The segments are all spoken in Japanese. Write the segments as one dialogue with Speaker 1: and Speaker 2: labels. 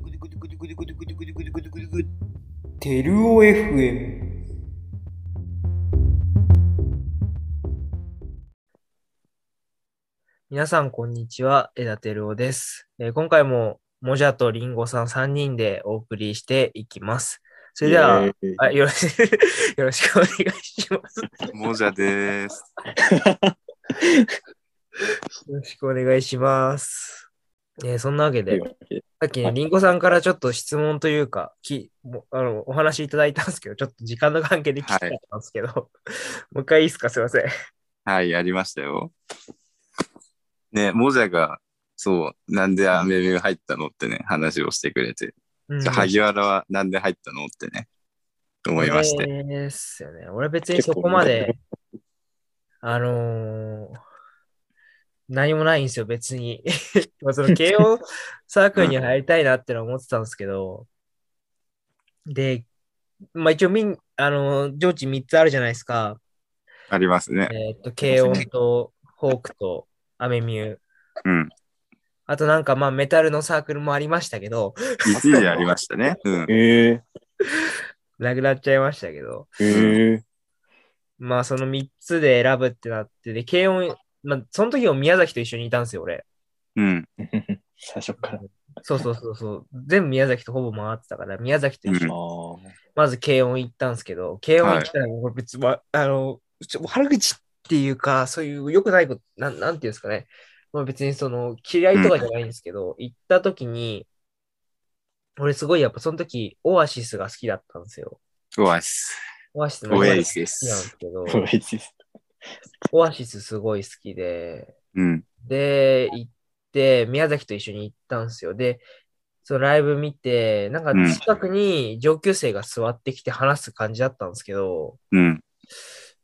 Speaker 1: ぐぐぐぐぐぐぐぐぐテルオ FM
Speaker 2: 皆さん、こんにちは。枝照夫です、えー今回も、もじゃとりんごさん3人でお送りしていきます。それでは、
Speaker 3: イエーイ
Speaker 2: あよろし よろしくお願いします。
Speaker 4: もじゃでーす。
Speaker 2: よろしくお願いします。えーそんなわけで、さっき
Speaker 3: は
Speaker 2: ね、
Speaker 3: い
Speaker 2: りんごさんからちょっと質問というか、きもあのお話いただいたんですけど、ちょっと時間の関係で聞きたいんですけど、 もう一回いいですか、すいません。
Speaker 4: はい、やりましたよ。ね、もじゃが、そう、なんでアメミが入ったのってね、話をしてくれて、
Speaker 2: うん
Speaker 4: じゃあ萩原はなんで入ったのってね、思いまして。
Speaker 2: ですよね。俺は別にそこまで、あのー何もないんですよ、別に。 まあその慶応サークルに入りたいなってのは思ってたんですけど、で、まあ一応みん、あのー、上智3つあるじゃないですか。
Speaker 4: ありますね。
Speaker 2: えーっと、慶応とホークとアメミュー。
Speaker 4: うん。
Speaker 2: あとなんかまあメタルのサークルもありましたけど、
Speaker 4: 一時ありましたね。うん。
Speaker 3: えー、
Speaker 2: なくなっちゃいましたけど。
Speaker 3: え
Speaker 2: まあその3つで選ぶってなって、で、軽音、まあその時も宮崎と一緒にいたんですよ、俺。
Speaker 4: うん。
Speaker 3: ー、 最初から。
Speaker 2: そうそうそう そう。全部宮崎とほぼ回ってたから、宮崎と一緒に、
Speaker 4: うん
Speaker 3: あー
Speaker 2: まず軽音行ったんですけど、軽音行ったらもうこれ別に、まあの、ちょ悪口っていうか、そういう良くないこと、なんなんていうんですかね。まあ別にその嫌いとかじゃないんですけど、行った時に、俺すごいやっぱその時、オアシスが好きだったんですよ。
Speaker 4: オアシス。
Speaker 2: オアシスの
Speaker 4: オ
Speaker 2: 好きなん
Speaker 4: エ
Speaker 2: で
Speaker 4: イシス。
Speaker 2: すけど、
Speaker 3: そうです。
Speaker 2: オアシスすごい好きで、
Speaker 4: うん。
Speaker 2: で、行って、宮崎と一緒に行ったんですよ。で、そのライブ見て、なんか
Speaker 4: うん
Speaker 2: 近くに上級生が座ってきて話す感じだったんですけど、
Speaker 4: うん。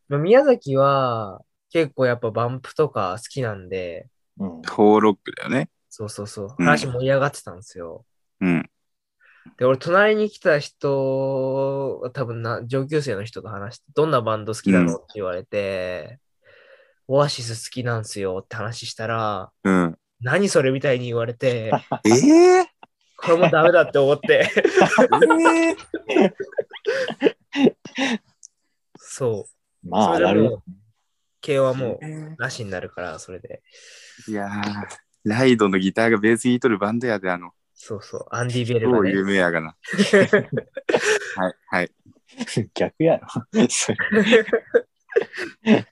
Speaker 2: まあ宮崎は結構やっぱバンプとか好きなんで、
Speaker 3: うん。
Speaker 4: ホーロックだよね。
Speaker 2: そうそうそう、
Speaker 4: うん
Speaker 2: 話盛り上がってたんですよ。
Speaker 4: うん。
Speaker 2: で、俺隣に来た人、多分な上級生の人と話して、どんなバンド好きなのって言われて、オアシス好きなんすよって話したら、
Speaker 4: うん。
Speaker 2: 何それみたいに言われて、
Speaker 4: えー、え
Speaker 2: これもダメだって思って。
Speaker 4: ー、
Speaker 2: そう。
Speaker 3: ま
Speaker 2: そ
Speaker 3: あ、あ
Speaker 2: れ
Speaker 3: ら
Speaker 2: で
Speaker 3: る
Speaker 2: も
Speaker 3: よね。
Speaker 2: 系はもう、なしになるから、それで。
Speaker 4: いやー、ライドのギターがベースにとるバンドやで、あの、
Speaker 2: そうそう、アンディ・ベルが
Speaker 4: 超
Speaker 2: ね
Speaker 4: 有。名やがな。はい、はい。
Speaker 3: 逆やろ。それ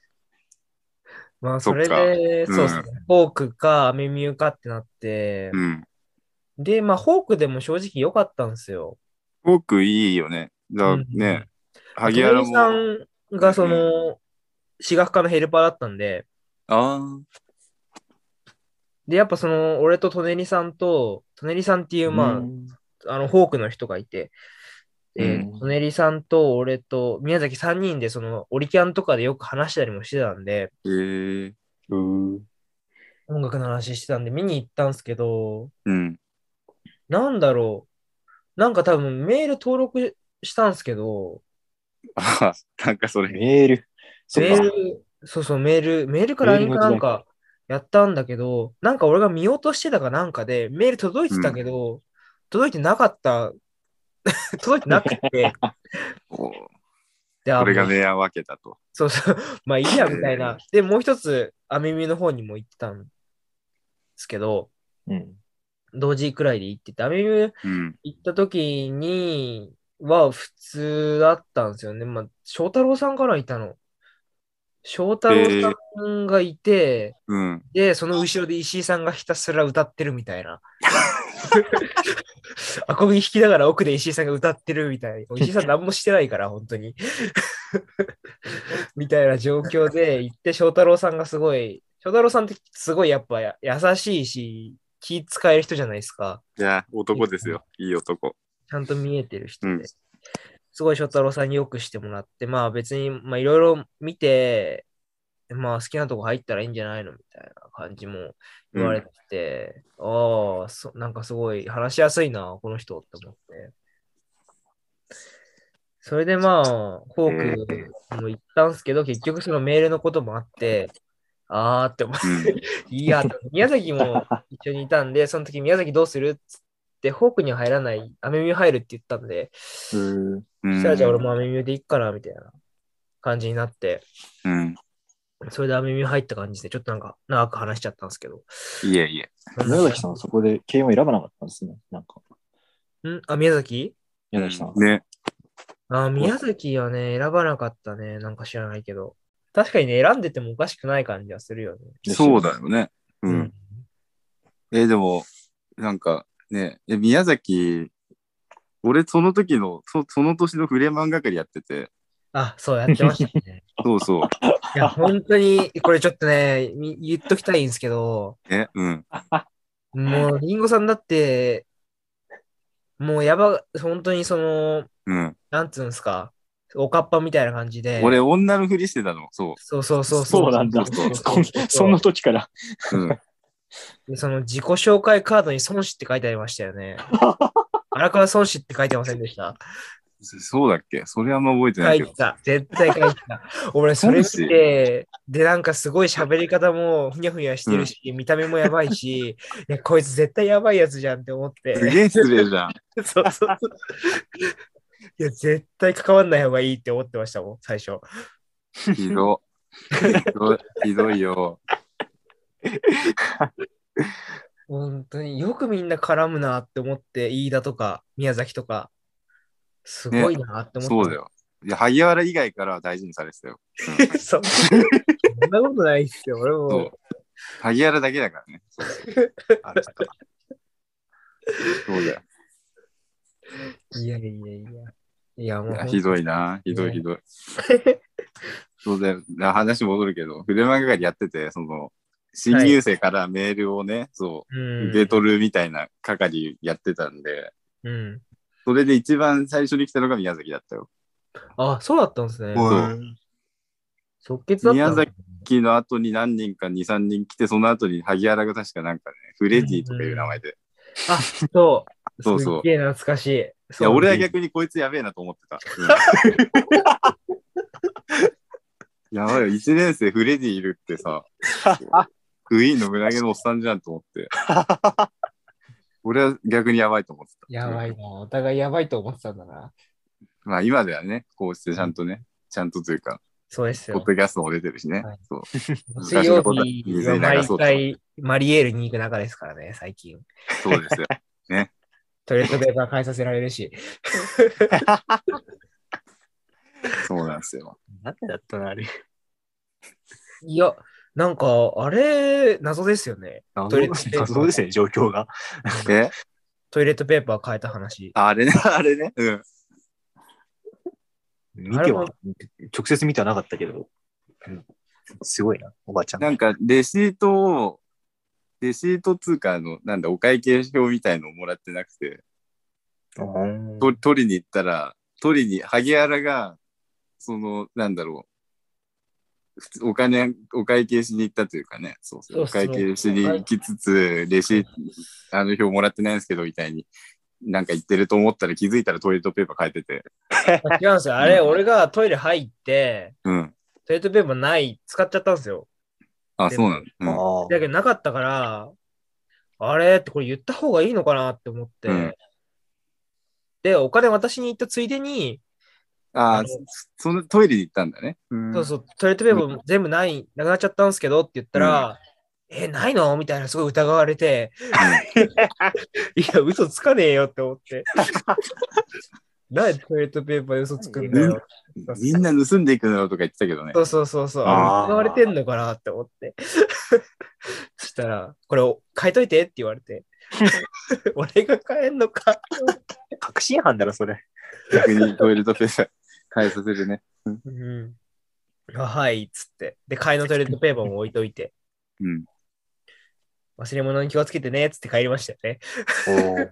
Speaker 2: まあ、
Speaker 4: そ
Speaker 2: そ
Speaker 4: っか
Speaker 2: れで、
Speaker 4: う
Speaker 2: そ
Speaker 4: ん
Speaker 2: うですね。フォークか、アメミューかってなって
Speaker 4: う、ん。
Speaker 2: で、まあ、フォークでも正直良かったんですよ。
Speaker 4: すごくいいよね。だから
Speaker 2: うん
Speaker 4: ね、萩原
Speaker 2: 鳥居さ
Speaker 4: も。
Speaker 2: んが、その、私学科のヘルパーだったんで、
Speaker 4: あ
Speaker 2: で、やっぱその、俺とトネリさんと、トネリさんっていう、ま
Speaker 3: うん
Speaker 2: あ、あの、フォークの人がいて、え
Speaker 3: う
Speaker 2: ー、
Speaker 3: ん
Speaker 2: トネリさんと俺と宮崎3人で、その、オリキャンとかでよく話したりもしてたんで、
Speaker 4: ーへえ。
Speaker 3: うー
Speaker 2: 音楽の話してたんで見に行ったんですけど、
Speaker 4: うん。
Speaker 2: なんだろう。なんか多分メール登録したんですけど、
Speaker 4: あなんかそれ。
Speaker 3: メール。そ
Speaker 2: メ
Speaker 3: う
Speaker 2: ー
Speaker 3: か
Speaker 2: ル、そうそう、メール、メールか
Speaker 3: メール
Speaker 2: LINE
Speaker 3: の
Speaker 2: か
Speaker 3: 時代
Speaker 2: なんかやったんだけど、なんか俺が見落としてたかなんかで、メール届いてたけど、届いてなかった、 届いてなくて、
Speaker 4: お
Speaker 2: で、あ
Speaker 4: これが
Speaker 2: もう
Speaker 4: 目を分けたと。
Speaker 2: そうそう、 まあいいや、みたいな。で、もう一つ、アメミの方にも行ってたんですけど、
Speaker 3: うん。
Speaker 2: 同時くらいで行ってて、アメミ
Speaker 4: うん。
Speaker 2: 行った時には普通だったんですよね。まあ、翔太郎さんからいたの。翔太郎さんがいて、
Speaker 4: うん。
Speaker 2: で、その後ろで石井さんがひたすら歌ってるみたいな。 アコギ弾きながら奥で石井さんが歌ってるみたいな。石井さん何もしてないから、本当に。 みたいな状況で行って、翔太郎さんがすごい、翔太郎さんってすごいやっぱや優しいし、気使える人じゃないですか。
Speaker 4: じゃあ、男ですよ。いい男。
Speaker 2: ちゃんと見えてる人で、
Speaker 4: うん
Speaker 2: すごい翔太郎さんによくしてもらって、まあ別に、まあいろいろ見て、まあ好きなとこ入ったらいいんじゃないのみたいな感じも言われてて、ああそ、なんかすごい話しやすいな、この人って思って。それでまあ、フォークも行ったんすけど、結局そのメールのこともあって、あーって思って
Speaker 4: うん。
Speaker 2: いや、宮崎も一緒にいたんで、その時宮崎どうするっつっって、ホークには入らない、アメミュー入るって言ったんで、
Speaker 3: うーん。
Speaker 4: う
Speaker 2: そ
Speaker 4: ん
Speaker 2: したらじゃあ俺もアメミューでいっかな、みたいな感じになって、
Speaker 4: うん。
Speaker 2: それでアメミュー入った感じで、ちょっとなんか長く話しちゃったんですけど。
Speaker 4: いえいえ。
Speaker 3: 宮崎さんはそこで慶応選ばなかったんですね。なんか、
Speaker 2: んあ、宮崎
Speaker 3: 宮崎さんは。
Speaker 4: ね。
Speaker 2: あー、宮崎はね、選ばなかったね。なんか知らないけど。確かにね、選んでてもおかしくない感じはするよね。
Speaker 4: そうだよね。う。。
Speaker 2: うん
Speaker 4: え、でも、なんかね、え宮崎、俺その時の、そその年のフレマン係やってて、
Speaker 2: あ、そう、やってました ね。
Speaker 4: そうそう。
Speaker 2: いや、本当に、これちょっとね、み言っときたいんですけど、
Speaker 4: え、うん。
Speaker 2: もう、リンゴさんだって、もうやば、本当にその、
Speaker 4: うん。
Speaker 2: なんつうんですか、おかっぱみたいな感じで。
Speaker 4: 俺、女のふりしてたの。そ
Speaker 2: そうそうそう
Speaker 3: そうなんだ
Speaker 2: そうそう
Speaker 3: こん そんな時から。
Speaker 4: う。うん。
Speaker 2: でその自己紹介カードに孫子って書いてありましたよ ね。荒川孫子って書いてませんでした。
Speaker 4: そうだっけそれあんま覚えてな
Speaker 2: 書
Speaker 4: い
Speaker 2: い
Speaker 4: けど
Speaker 2: て。た。絶対書いて た。俺、それ見
Speaker 4: 孫
Speaker 2: て、で、なんかすごい喋り方もふにゃふにゃしてるし、見た目もやばい し、いや、こいつ絶対やばいやつじゃんって思って。
Speaker 4: すげえ失礼じゃん。
Speaker 2: そうそうそう。いや、絶対関わんない方がいいって思ってましたもん、最初。
Speaker 4: ひ ど。ひどいひどいよ。
Speaker 2: 本当によくみんな絡むなって思って、飯田とか宮崎とか、すごいなって思って、
Speaker 4: そうだ。よ。いや、萩原以外からは大事にされてたよ。
Speaker 2: そんなことないっすよ、俺
Speaker 4: そ
Speaker 2: も
Speaker 4: う。。萩原だけだからね。そうあれそうだよ。
Speaker 2: いやいやいや。いや、も
Speaker 4: いうや
Speaker 2: 本当
Speaker 4: ひどいな。ひどいひどい。 そうだよ。な話戻るけど、筆ま係やってて、その、新入生からメールをね、そうう、
Speaker 2: ん。
Speaker 4: 受け取るみたいな係やってたんで、
Speaker 2: うん。
Speaker 4: それで一番最初に来たのが宮崎だったよ。
Speaker 2: あ、そうだったんですね。
Speaker 4: そう
Speaker 2: 即決だったんだ
Speaker 4: 宮崎昨の後に何人か2、3人来て、その後に萩原が確かなんかね、フレディとかいう名前で。い
Speaker 2: あ、そう。
Speaker 4: そうそ
Speaker 2: す
Speaker 4: う
Speaker 2: っげえ懐かしい。そう
Speaker 4: や、俺は逆にこいつやべえなと思ってた。うん やばいよ、1年生フレディいるってさ、クイーンの胸毛のおっさんじゃんと思って。俺は逆にやばいと思ってた。
Speaker 2: やば
Speaker 4: うん
Speaker 2: いな。お互いやばいと思ってたんだな。
Speaker 4: まあ今ではね、こうしてちゃんとね、ちゃんとというか、
Speaker 2: そうです
Speaker 4: ポッ
Speaker 2: よ。
Speaker 4: ドキャストも出てるしね。
Speaker 2: はい
Speaker 4: そう
Speaker 2: 水曜日
Speaker 4: 昔
Speaker 2: は
Speaker 4: のことは水に流
Speaker 2: 毎
Speaker 4: そうと
Speaker 2: 回マリエールに行く中ですからね、最近。
Speaker 4: そうですよ。
Speaker 2: トイレットペーパー買いさせられる し。
Speaker 4: そうなんです よ。
Speaker 3: なんでだったのあれ。
Speaker 2: いや、なんか、あれ、謎ですよね。
Speaker 3: 謎
Speaker 2: トイレ
Speaker 3: ですね謎ですね、状況が。
Speaker 4: え
Speaker 2: トイレットペーパー変えた話。
Speaker 4: あれね、あれね。うん。
Speaker 3: 見ては、直接見てはなかったけど、うんすごいな、おばちゃん。
Speaker 4: なんか、レシートを、レシート通貨の、なんだ、お会計表みたいのをもらってなくて、
Speaker 3: うん
Speaker 4: と取りに行ったら、取りに、萩原が、その、なんだろう、普通お金、お会計しに行ったというかね、そうそう、
Speaker 2: そう
Speaker 4: お
Speaker 2: そう
Speaker 4: 会計しに行きつつ、レシート、あの表もらってないんですけど、みたいに、なんか言ってると思ったら気づいたらトイレットペーパー変えてて、
Speaker 2: 違 うんですよ。あれ、俺がトイレ入って、
Speaker 4: うん。
Speaker 2: トイレットペーパーない、使っちゃったんですよ。
Speaker 4: あ、
Speaker 2: で
Speaker 4: そうなん
Speaker 3: あ
Speaker 4: だ。
Speaker 3: ー
Speaker 2: だけどなかったから、あれってこれ言った方がいいのかなって思って。
Speaker 4: うん
Speaker 2: で、お金渡しに行ったついでに、
Speaker 4: うん、あ
Speaker 2: あ
Speaker 4: あ
Speaker 2: の、
Speaker 4: そそのトイレに行ったんだね。
Speaker 2: そうそう、トイレットペーパーも全部ない、なくなっちゃったんですけどって言ったら、え、ないのみたいな、すごい疑われて、 いや、嘘つかねえよって思って。 なんでトイレットペーパーで嘘つくんだよ。
Speaker 4: みんな盗んでいくのよとか言ってたけどね
Speaker 2: そ。うそうそうそう。
Speaker 3: あー
Speaker 2: 疑われてんのかなって思って。そしたら、これを変えといてって言われ て。俺が変えんのか。
Speaker 3: 確信犯だろ、それ。
Speaker 4: 逆にトイレットペーパー変えさせるね。
Speaker 2: うん。あはい、っつって。で、替えのトイレットペーパーも置いといて。
Speaker 4: うん。
Speaker 2: 忘れ物に気をつけてね、っつって帰りましたよね。
Speaker 3: お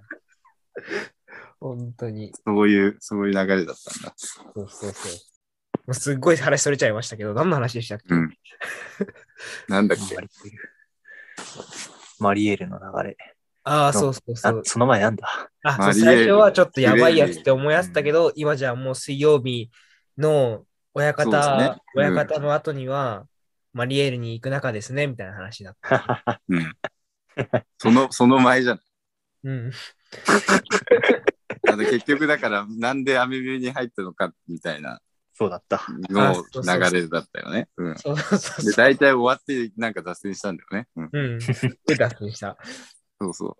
Speaker 2: 本当に。
Speaker 4: そういう、そういう流れだったんだ。
Speaker 2: そうそうそう。もうすっごい話それちゃいましたけど、何の話でしたっけ、
Speaker 4: うん。なんだっけ
Speaker 3: マリエールの流れ。
Speaker 2: ああ、そうそうそ
Speaker 3: あ
Speaker 2: う、。
Speaker 3: その前なんだ。
Speaker 2: あ、そ
Speaker 4: マ
Speaker 2: う
Speaker 4: リエール
Speaker 2: 最初はちょっとやばいやつって思いやってたけど、今じゃもう水曜日の親
Speaker 4: そうです
Speaker 2: 方、
Speaker 4: ねうん
Speaker 2: 親方の後には、マリエールに行く中ですね、みたいな話だった。
Speaker 4: うん。その、その前じゃない。
Speaker 2: うん。
Speaker 4: あの結局だから、なんでアメビューに入ったのかみたいな
Speaker 3: そうだった。
Speaker 4: の流れだったよね。うん。
Speaker 2: そうそうそう
Speaker 4: で、大体終わってなんか脱線したんだよね。うん。
Speaker 2: うん。 すっごい脱線した。
Speaker 4: そうそう。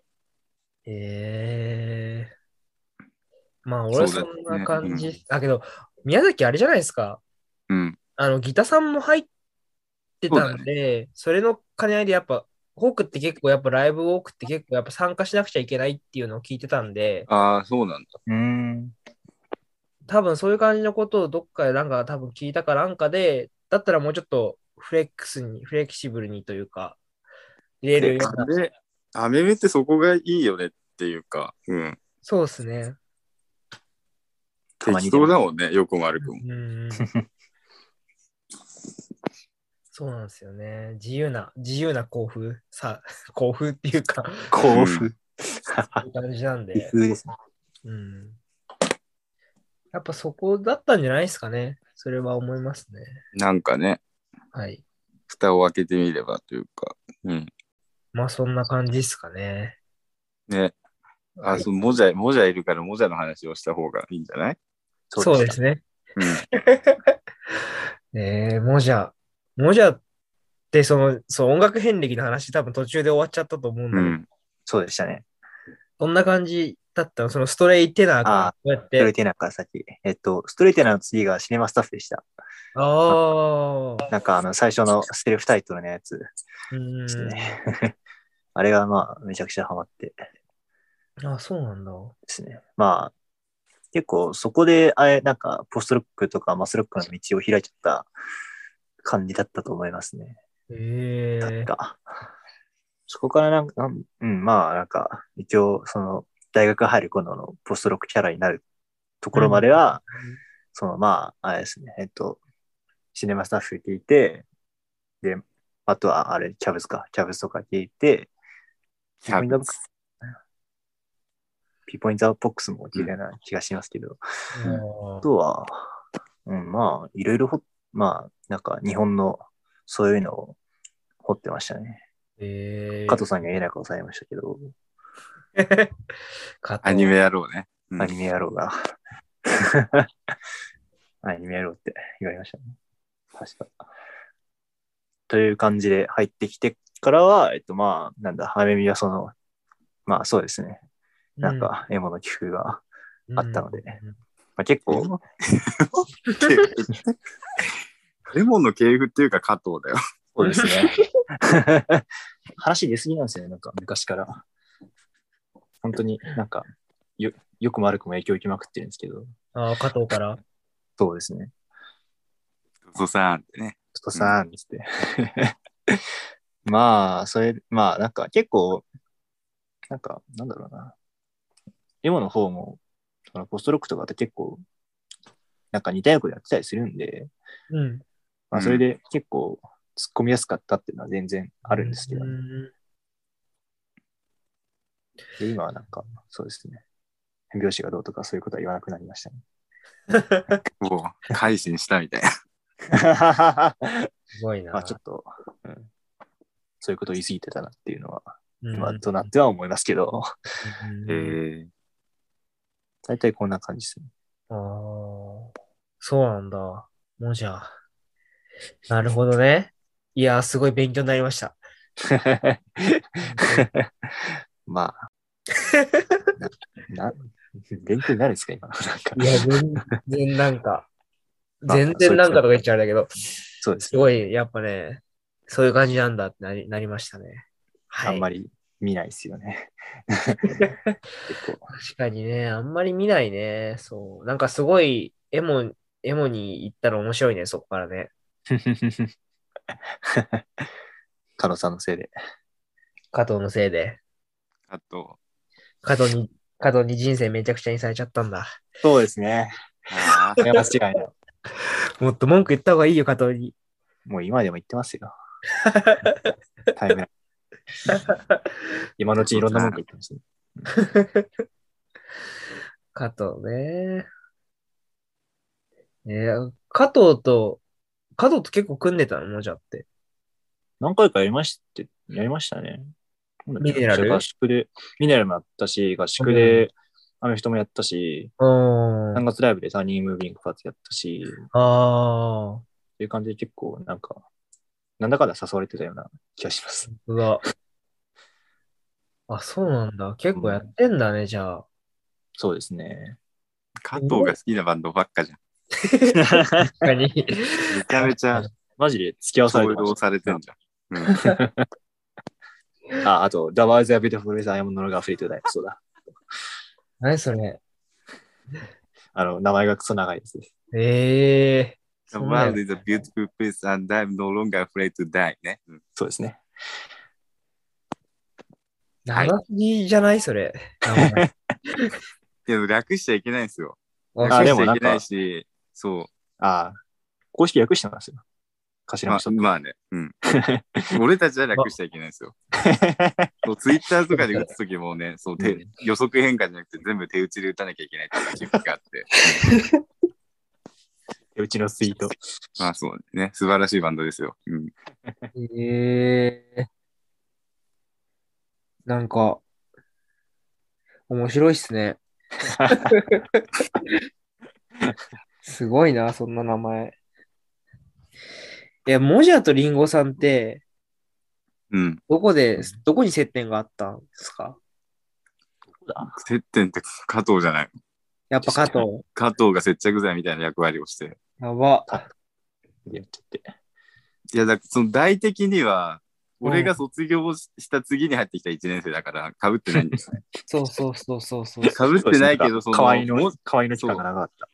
Speaker 2: ええまあ、俺は
Speaker 4: そ
Speaker 2: そ
Speaker 4: うだ
Speaker 2: ん
Speaker 4: ね
Speaker 2: な感じ。だけど、宮崎あれじゃないですか。
Speaker 4: うん。
Speaker 2: あの、ギタさんも入ってたんで、それの兼ね合いでやっぱ、ホークって結構やっぱライブウォークって結構やっぱ参加しなくちゃいけないっていうのを聞いてたんで、
Speaker 4: ああ、そうなんだ。
Speaker 3: うーん。
Speaker 2: 多分そういう感じのことをどっかでなんか多分聞いたかなんかで、だったらもうちょっとフレックスに、フレキシブルにというか、入れるような。
Speaker 4: で、アメビューってそこがいいよねっていうか、うん。
Speaker 2: そうですね。
Speaker 3: たまにで
Speaker 4: 適当
Speaker 3: も。
Speaker 4: だもんね、横丸くんも。
Speaker 2: うんうん。 そうなんですよね。自由な、自由な興奮、さ、 興奮っていうか、
Speaker 3: 甲 府。
Speaker 2: そういう感じなん
Speaker 3: 岐
Speaker 2: で
Speaker 3: 阜。ですね。
Speaker 2: うん。やっぱそこだったんじゃないですかね。それは思いますね。
Speaker 4: なんかね、
Speaker 2: はい。
Speaker 4: 蓋を開けてみればというか。うん。
Speaker 2: まあそんな感じですかね。
Speaker 4: ね。あ、
Speaker 2: はい
Speaker 4: そう、もじゃ、もじゃいるからもじゃの話をした方がいいんじゃない
Speaker 2: そうですね。
Speaker 4: うん。
Speaker 2: えー、もじゃ、もじゃってその、そう、音楽遍歴の話多分途中で終わっちゃったと思うんだ
Speaker 4: う
Speaker 2: けど、
Speaker 4: ん。
Speaker 3: そうでしたね。
Speaker 2: どんな感じだったのそのストレイテナーから
Speaker 3: あー
Speaker 2: こうやっ
Speaker 3: ストレイ
Speaker 2: て。
Speaker 3: テナーから先。えっと、ストレイテナーの次がシネマスタッフでした。
Speaker 2: ああー。
Speaker 3: なんかあの、最初のセルフタイトルのやつで
Speaker 2: うん
Speaker 3: すね。 あれがまあ、めちゃくちゃハマって
Speaker 2: あ、そうなんだ。
Speaker 3: ですね。まあ、結構そこで、あれ、なんか、ポストロックとかマスロックの道を開いちゃった感じだったと思いますね。
Speaker 2: え
Speaker 3: だっ
Speaker 2: え
Speaker 3: た。そこからなんか、なんうん、まあなんか、一応、その、大学入る頃のポストロックキャラになるところまでは、
Speaker 2: うん
Speaker 3: その、まあ、あれですね、えっと、シネマスタッフ聞いて、で、あとは、あれ、キャブズか、キャブズとか聞いて、
Speaker 4: キャブ
Speaker 3: ス。ピーポインザーボックスも聞いたような気がしますけど、あとは、うん、まあ、いろいろほ、まあ、なんか、日本の、そういうのを掘ってましたね。
Speaker 2: ええ
Speaker 3: 加藤さんには言えなく抑えましたけど、
Speaker 2: 加藤
Speaker 4: アニメ野郎 ね。うん
Speaker 3: アニメ野郎が。 アニメ野郎って言われましたね。確か。という感じで入ってきてからは、えっとまあ、なんだ、アメミはその、まあそうですね。なん、か、エモの寄付が、ま
Speaker 2: う
Speaker 3: あったので
Speaker 2: うん
Speaker 3: あ、結
Speaker 4: エ
Speaker 3: 構、
Speaker 4: 系譜レモンの系譜っていうか加藤だよ。
Speaker 3: そうですね。話出すぎなんですよね、なんか昔から。本当になんか、よ、よくも悪くも影響受けまくってるんですけど、
Speaker 2: ああ、加藤から。
Speaker 3: そうですね。
Speaker 4: そうさんってね。
Speaker 3: ちょっとさ、つって。まあ、それ、まあ、なんか結構、なんか、なんだろうな。今の方も、そのポストロックとかって結構、なんか似た役でやってたりするんで、
Speaker 2: うん。
Speaker 3: まあ、
Speaker 4: うん
Speaker 3: それで結構突っ込みやすかったっていうのは全然あるんですけど、
Speaker 2: う
Speaker 3: ね
Speaker 2: ん
Speaker 3: で今はなんか、そうですね。変拍子がどうとかそういうことは言わなくなり ましたね。
Speaker 4: もう、改心したみたいな。
Speaker 2: すごいな。
Speaker 3: まあ、ちょっと、うん、そういうことを言い過ぎてたなっていうのは、
Speaker 2: うん
Speaker 3: 今となっては思います けど、
Speaker 2: うん
Speaker 4: え
Speaker 3: 大体こんな感じですね。
Speaker 2: ああ、そうなんだ。もうじゃあ。なるほどね。いやー、すごい勉強になりました。
Speaker 3: まあ。なな勉強になるんですか、今。なんか
Speaker 2: いや、全然なんか、
Speaker 3: まあ
Speaker 2: 全然なんかとか言っちゃあれだけど、
Speaker 3: そうです
Speaker 2: すごい、やっぱね、そういう感じなんだってなりなりましたね。はい。
Speaker 3: あんま
Speaker 2: り。
Speaker 3: り見ないです よね。結構。
Speaker 2: 確かにね、あんまり見ないね。そう。なんかすごい、エモ、エモに行ったら面白いね、そこからね。
Speaker 3: カノさんのせいで。
Speaker 2: 加藤のせいで。
Speaker 4: ー、加
Speaker 2: 加
Speaker 4: 藤。
Speaker 2: 藤に、加藤に人生めちゃくちゃにされちゃったんだ。
Speaker 3: そうですね。
Speaker 4: あ
Speaker 3: これは間違いない。
Speaker 2: もっと文句言った方がいいよ、加藤に。
Speaker 3: もう今でも言ってます よ。タイムライン。今のうちいろんな文句言ってますね。
Speaker 2: 加藤ね。えー、加藤と、加藤と結構組んでたのもうじゃって。
Speaker 3: 何回かやりまして、やりましたね。
Speaker 2: ミネラル
Speaker 3: 合宿で、ミネラルもやったし、合宿でアメフトもやったし、
Speaker 2: うん。
Speaker 3: 3月ライブでターニングムービングパーツやったし、っ
Speaker 2: ああ、
Speaker 3: ていう感じで結構なんか、なんだかんだ誘われてたような気がします。
Speaker 2: うわ。あ、そうなんだ。結構やってんだね、じゃあ。
Speaker 3: そうですね。
Speaker 4: 加藤が好きなバンドばっかじゃん。
Speaker 2: 確かに。
Speaker 4: めちゃめちゃ
Speaker 3: マジで付き合わされ
Speaker 4: 想
Speaker 3: てま
Speaker 4: 像
Speaker 3: した
Speaker 4: されてんじゃん。うん、
Speaker 3: あ、あと、The Wise a Beautiful is I am no longer free to die. そうだ。
Speaker 2: 何それ。
Speaker 3: あの、名前がクソ長いですね。
Speaker 2: ええ
Speaker 4: The world is a beautiful place and I'm no longer afraid to die ね。うん
Speaker 3: そうですね。
Speaker 2: 長すぎじゃないそれ。名前
Speaker 4: でも楽しちゃいけないんですよ。
Speaker 2: あ
Speaker 3: あ
Speaker 4: 楽
Speaker 3: で
Speaker 4: し
Speaker 3: も
Speaker 4: ちゃ
Speaker 3: ないん
Speaker 4: け
Speaker 3: か
Speaker 4: ないし、そ
Speaker 3: ああ、公式訳してますよ。
Speaker 4: う。
Speaker 3: 頭も
Speaker 4: まあ、
Speaker 3: 一つ。
Speaker 4: まあね。 うん。俺たちは楽しちゃいけないんですよ。そうツイッターとかで打つときも ね、そう手
Speaker 3: うん
Speaker 4: 予測変化じゃなくて全部手打ちで打たなきゃいけないっていう準備があ って。
Speaker 3: うちのツイート。
Speaker 4: まあそうね。素晴らしいバンドですよ。うん。
Speaker 2: ええなんか、面白いっすね。すごいな、そんな名前。いや、モジャとリンゴさんって、
Speaker 4: うん。
Speaker 2: どこで、どこに接点があったんですか
Speaker 4: 接点って加藤じゃない。
Speaker 2: やっぱ加藤。
Speaker 4: 加藤が接着剤みたいな役割をして。
Speaker 2: やば。
Speaker 3: やってて。
Speaker 4: いや、だからその代的には、俺が卒業しした次に入ってきた1年生だから、被ってないんですね。
Speaker 2: そうそうそうそうそう。
Speaker 4: 被ってないけど、その、
Speaker 3: 可愛いの
Speaker 4: も、
Speaker 3: 可愛いの期間が長かった。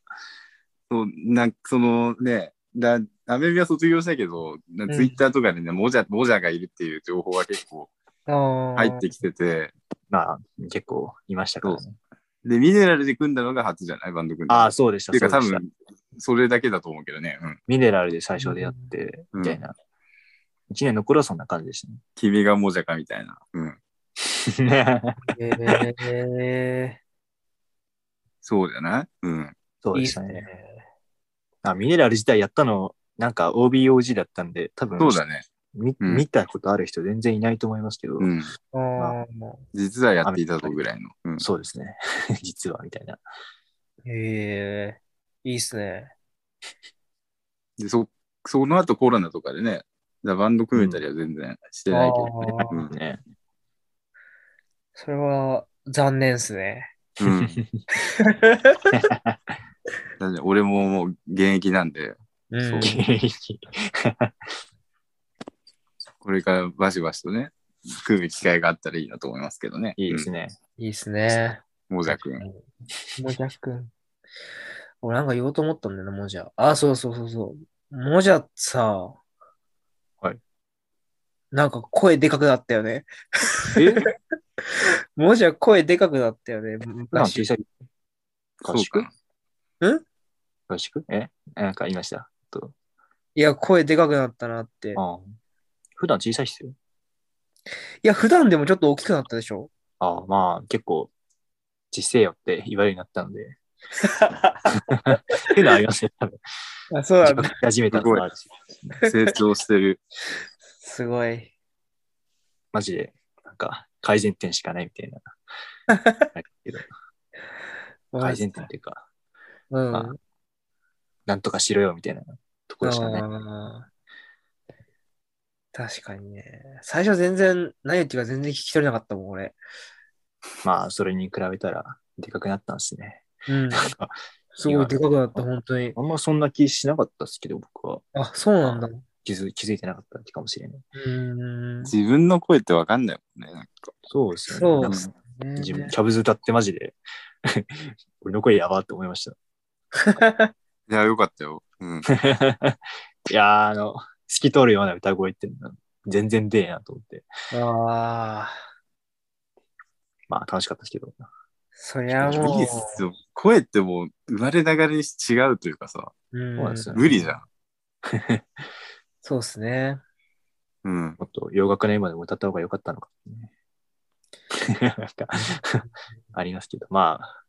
Speaker 4: そうなんかそのね、だアメリカ卒業したけど、な
Speaker 2: うん
Speaker 4: ツイッターとかでね、モジャ、モジャがいるっていう情報が結構入
Speaker 2: 入
Speaker 4: ってきてて、
Speaker 3: まあ、結構いましたから、ね。
Speaker 4: で、ミネラルで組んだのが初じゃないバンド組んだの。
Speaker 3: ああ、そうでした。
Speaker 4: っていうか
Speaker 3: そ
Speaker 4: 多
Speaker 3: うでした
Speaker 4: 分、それだけだと思うけどね。うん。
Speaker 3: ミネラルで最初でやって、
Speaker 4: うん
Speaker 3: みたいな。一年の頃はそんな感じでし
Speaker 4: 君がモジャかみたいな。うん。
Speaker 3: た ね。
Speaker 2: え
Speaker 4: そうじゃないうん。
Speaker 3: そう
Speaker 2: いい
Speaker 3: で
Speaker 2: っ
Speaker 3: した
Speaker 2: す
Speaker 3: ね。
Speaker 2: ね。
Speaker 3: あミネラル自体やったの、なんか OBOG だったんで、多分
Speaker 4: そうだね。
Speaker 3: み
Speaker 4: うん
Speaker 3: 見たことある人全然いないと思いますけど、
Speaker 4: うん。
Speaker 2: あー
Speaker 4: 実はやっていたとぐらいの。うん。
Speaker 3: そうですね。 実は、みたいな。
Speaker 2: ええいいっすね。
Speaker 4: で、そ、その後コロナとかでね、だからバンド組めたりは全然してないけどね。
Speaker 2: あー
Speaker 4: うん
Speaker 3: ね。
Speaker 2: それは残念っすね。
Speaker 4: うん。だって俺ももう現役なんで、
Speaker 2: うん
Speaker 4: そうこれからバシバシとね、組む機会があったらいいなと思いますけどね。
Speaker 3: いいですね。
Speaker 2: いいっすね。
Speaker 4: うん。モジャ君。
Speaker 2: もじゃくん。俺なんか言おうと思ったんだよな、もじゃ。あ、そうそうそうそう。もじゃさ、
Speaker 3: はい。
Speaker 2: なんか声でかくなったよね。
Speaker 3: え
Speaker 2: もじゃ声でかくなったよね。
Speaker 3: なん
Speaker 2: 昔
Speaker 3: 小さい。合
Speaker 4: そうか
Speaker 3: 宿
Speaker 4: な。
Speaker 3: 合宿えなんかいました。と
Speaker 2: いや、声でかくなったなって。い
Speaker 3: ああ普段小さいっすよ。
Speaker 2: や、普段でもちょっと大きくなったでし ょ
Speaker 3: ああまあ、結構、小せえよって言われるようになったので。っていうのはありますね、 多分。
Speaker 2: あ、そうなんだ。
Speaker 3: 自覚し始めたのもあるし
Speaker 4: 成長してる。
Speaker 2: すごい。
Speaker 3: マジで、なんか、改善点しかないみたいな。だけ ど改善点っていうか、
Speaker 2: うん。
Speaker 3: まあなんとかしろよみたいなところしかない。
Speaker 2: あー確かにね。最初全然、何言ってるか全然聞き取れなかったもん、俺。
Speaker 3: まあ、それに比べたら、でかくなったんですね。
Speaker 2: うん。
Speaker 3: なんか、
Speaker 2: すごいでかくなった、本当に。
Speaker 3: あんまそんな気しなかったですけど、僕は
Speaker 2: あ、そうなんだ。う
Speaker 3: 気づ気づいてなかったってかもしれない。
Speaker 2: ーん。
Speaker 4: 自分の声ってわかんないもんね。なんか
Speaker 3: そうですよね。
Speaker 2: そう
Speaker 3: なん
Speaker 2: で
Speaker 3: か
Speaker 2: すね。
Speaker 3: 自分、キャブズ歌ってマジで、 俺の声やばって思いました。
Speaker 4: いや、よかったよ。うん。
Speaker 3: いやー、あの、透き通るような歌声って、全然出えなと思って。
Speaker 2: ああ。
Speaker 3: まあ、楽しかったですけど。
Speaker 2: そりゃもう。
Speaker 4: いいっすよ。声ってもう生まれながらに違うというかさ、
Speaker 2: うん
Speaker 3: そうなんですよ
Speaker 4: 無理じゃん。
Speaker 2: そうですね。
Speaker 4: うん。
Speaker 3: もっと洋楽の今でも歌った方が良かったのか、ね。 なんか、 ありますけど、まあ、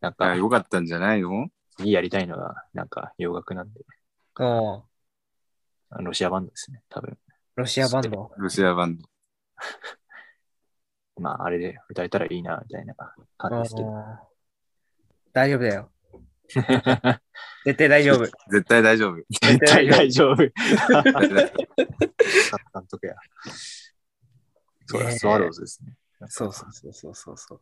Speaker 3: なん
Speaker 4: あ
Speaker 3: か、
Speaker 4: よかったんじゃないの
Speaker 3: 次やりたいのが、なんか洋楽なんで、
Speaker 2: うん。
Speaker 3: ロシアバンドですね、多分。
Speaker 2: ロシアバンド。
Speaker 4: ロシアバンド。
Speaker 3: まあ、あれで歌えたらいいな、みたいな感じですけど。
Speaker 2: あー大丈夫だよ。絶対大丈夫。
Speaker 4: 絶対大丈夫。
Speaker 3: 絶対大丈夫。
Speaker 4: 絶対大丈夫
Speaker 3: 監督や。そうだ、スワローズですね。
Speaker 2: そうそうそうそうそうそう。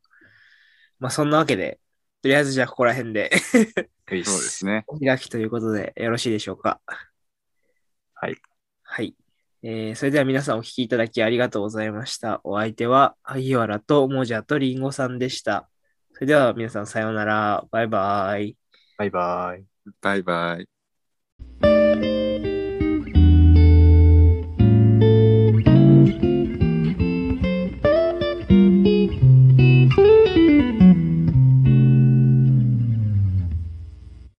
Speaker 2: まあそんなわけで、とりあえずじゃあここら辺で
Speaker 3: そうで
Speaker 4: そうですね。
Speaker 2: お開きということでよろしいでしょうか。
Speaker 3: はい。
Speaker 2: はい。えーそれでは皆さんお聞きいただきありがとうございました。お相手は萩原ともじゃとりんごさんでした。それでは皆さんさようなら。バイバイ。
Speaker 3: バイバイ。
Speaker 4: バイバイ。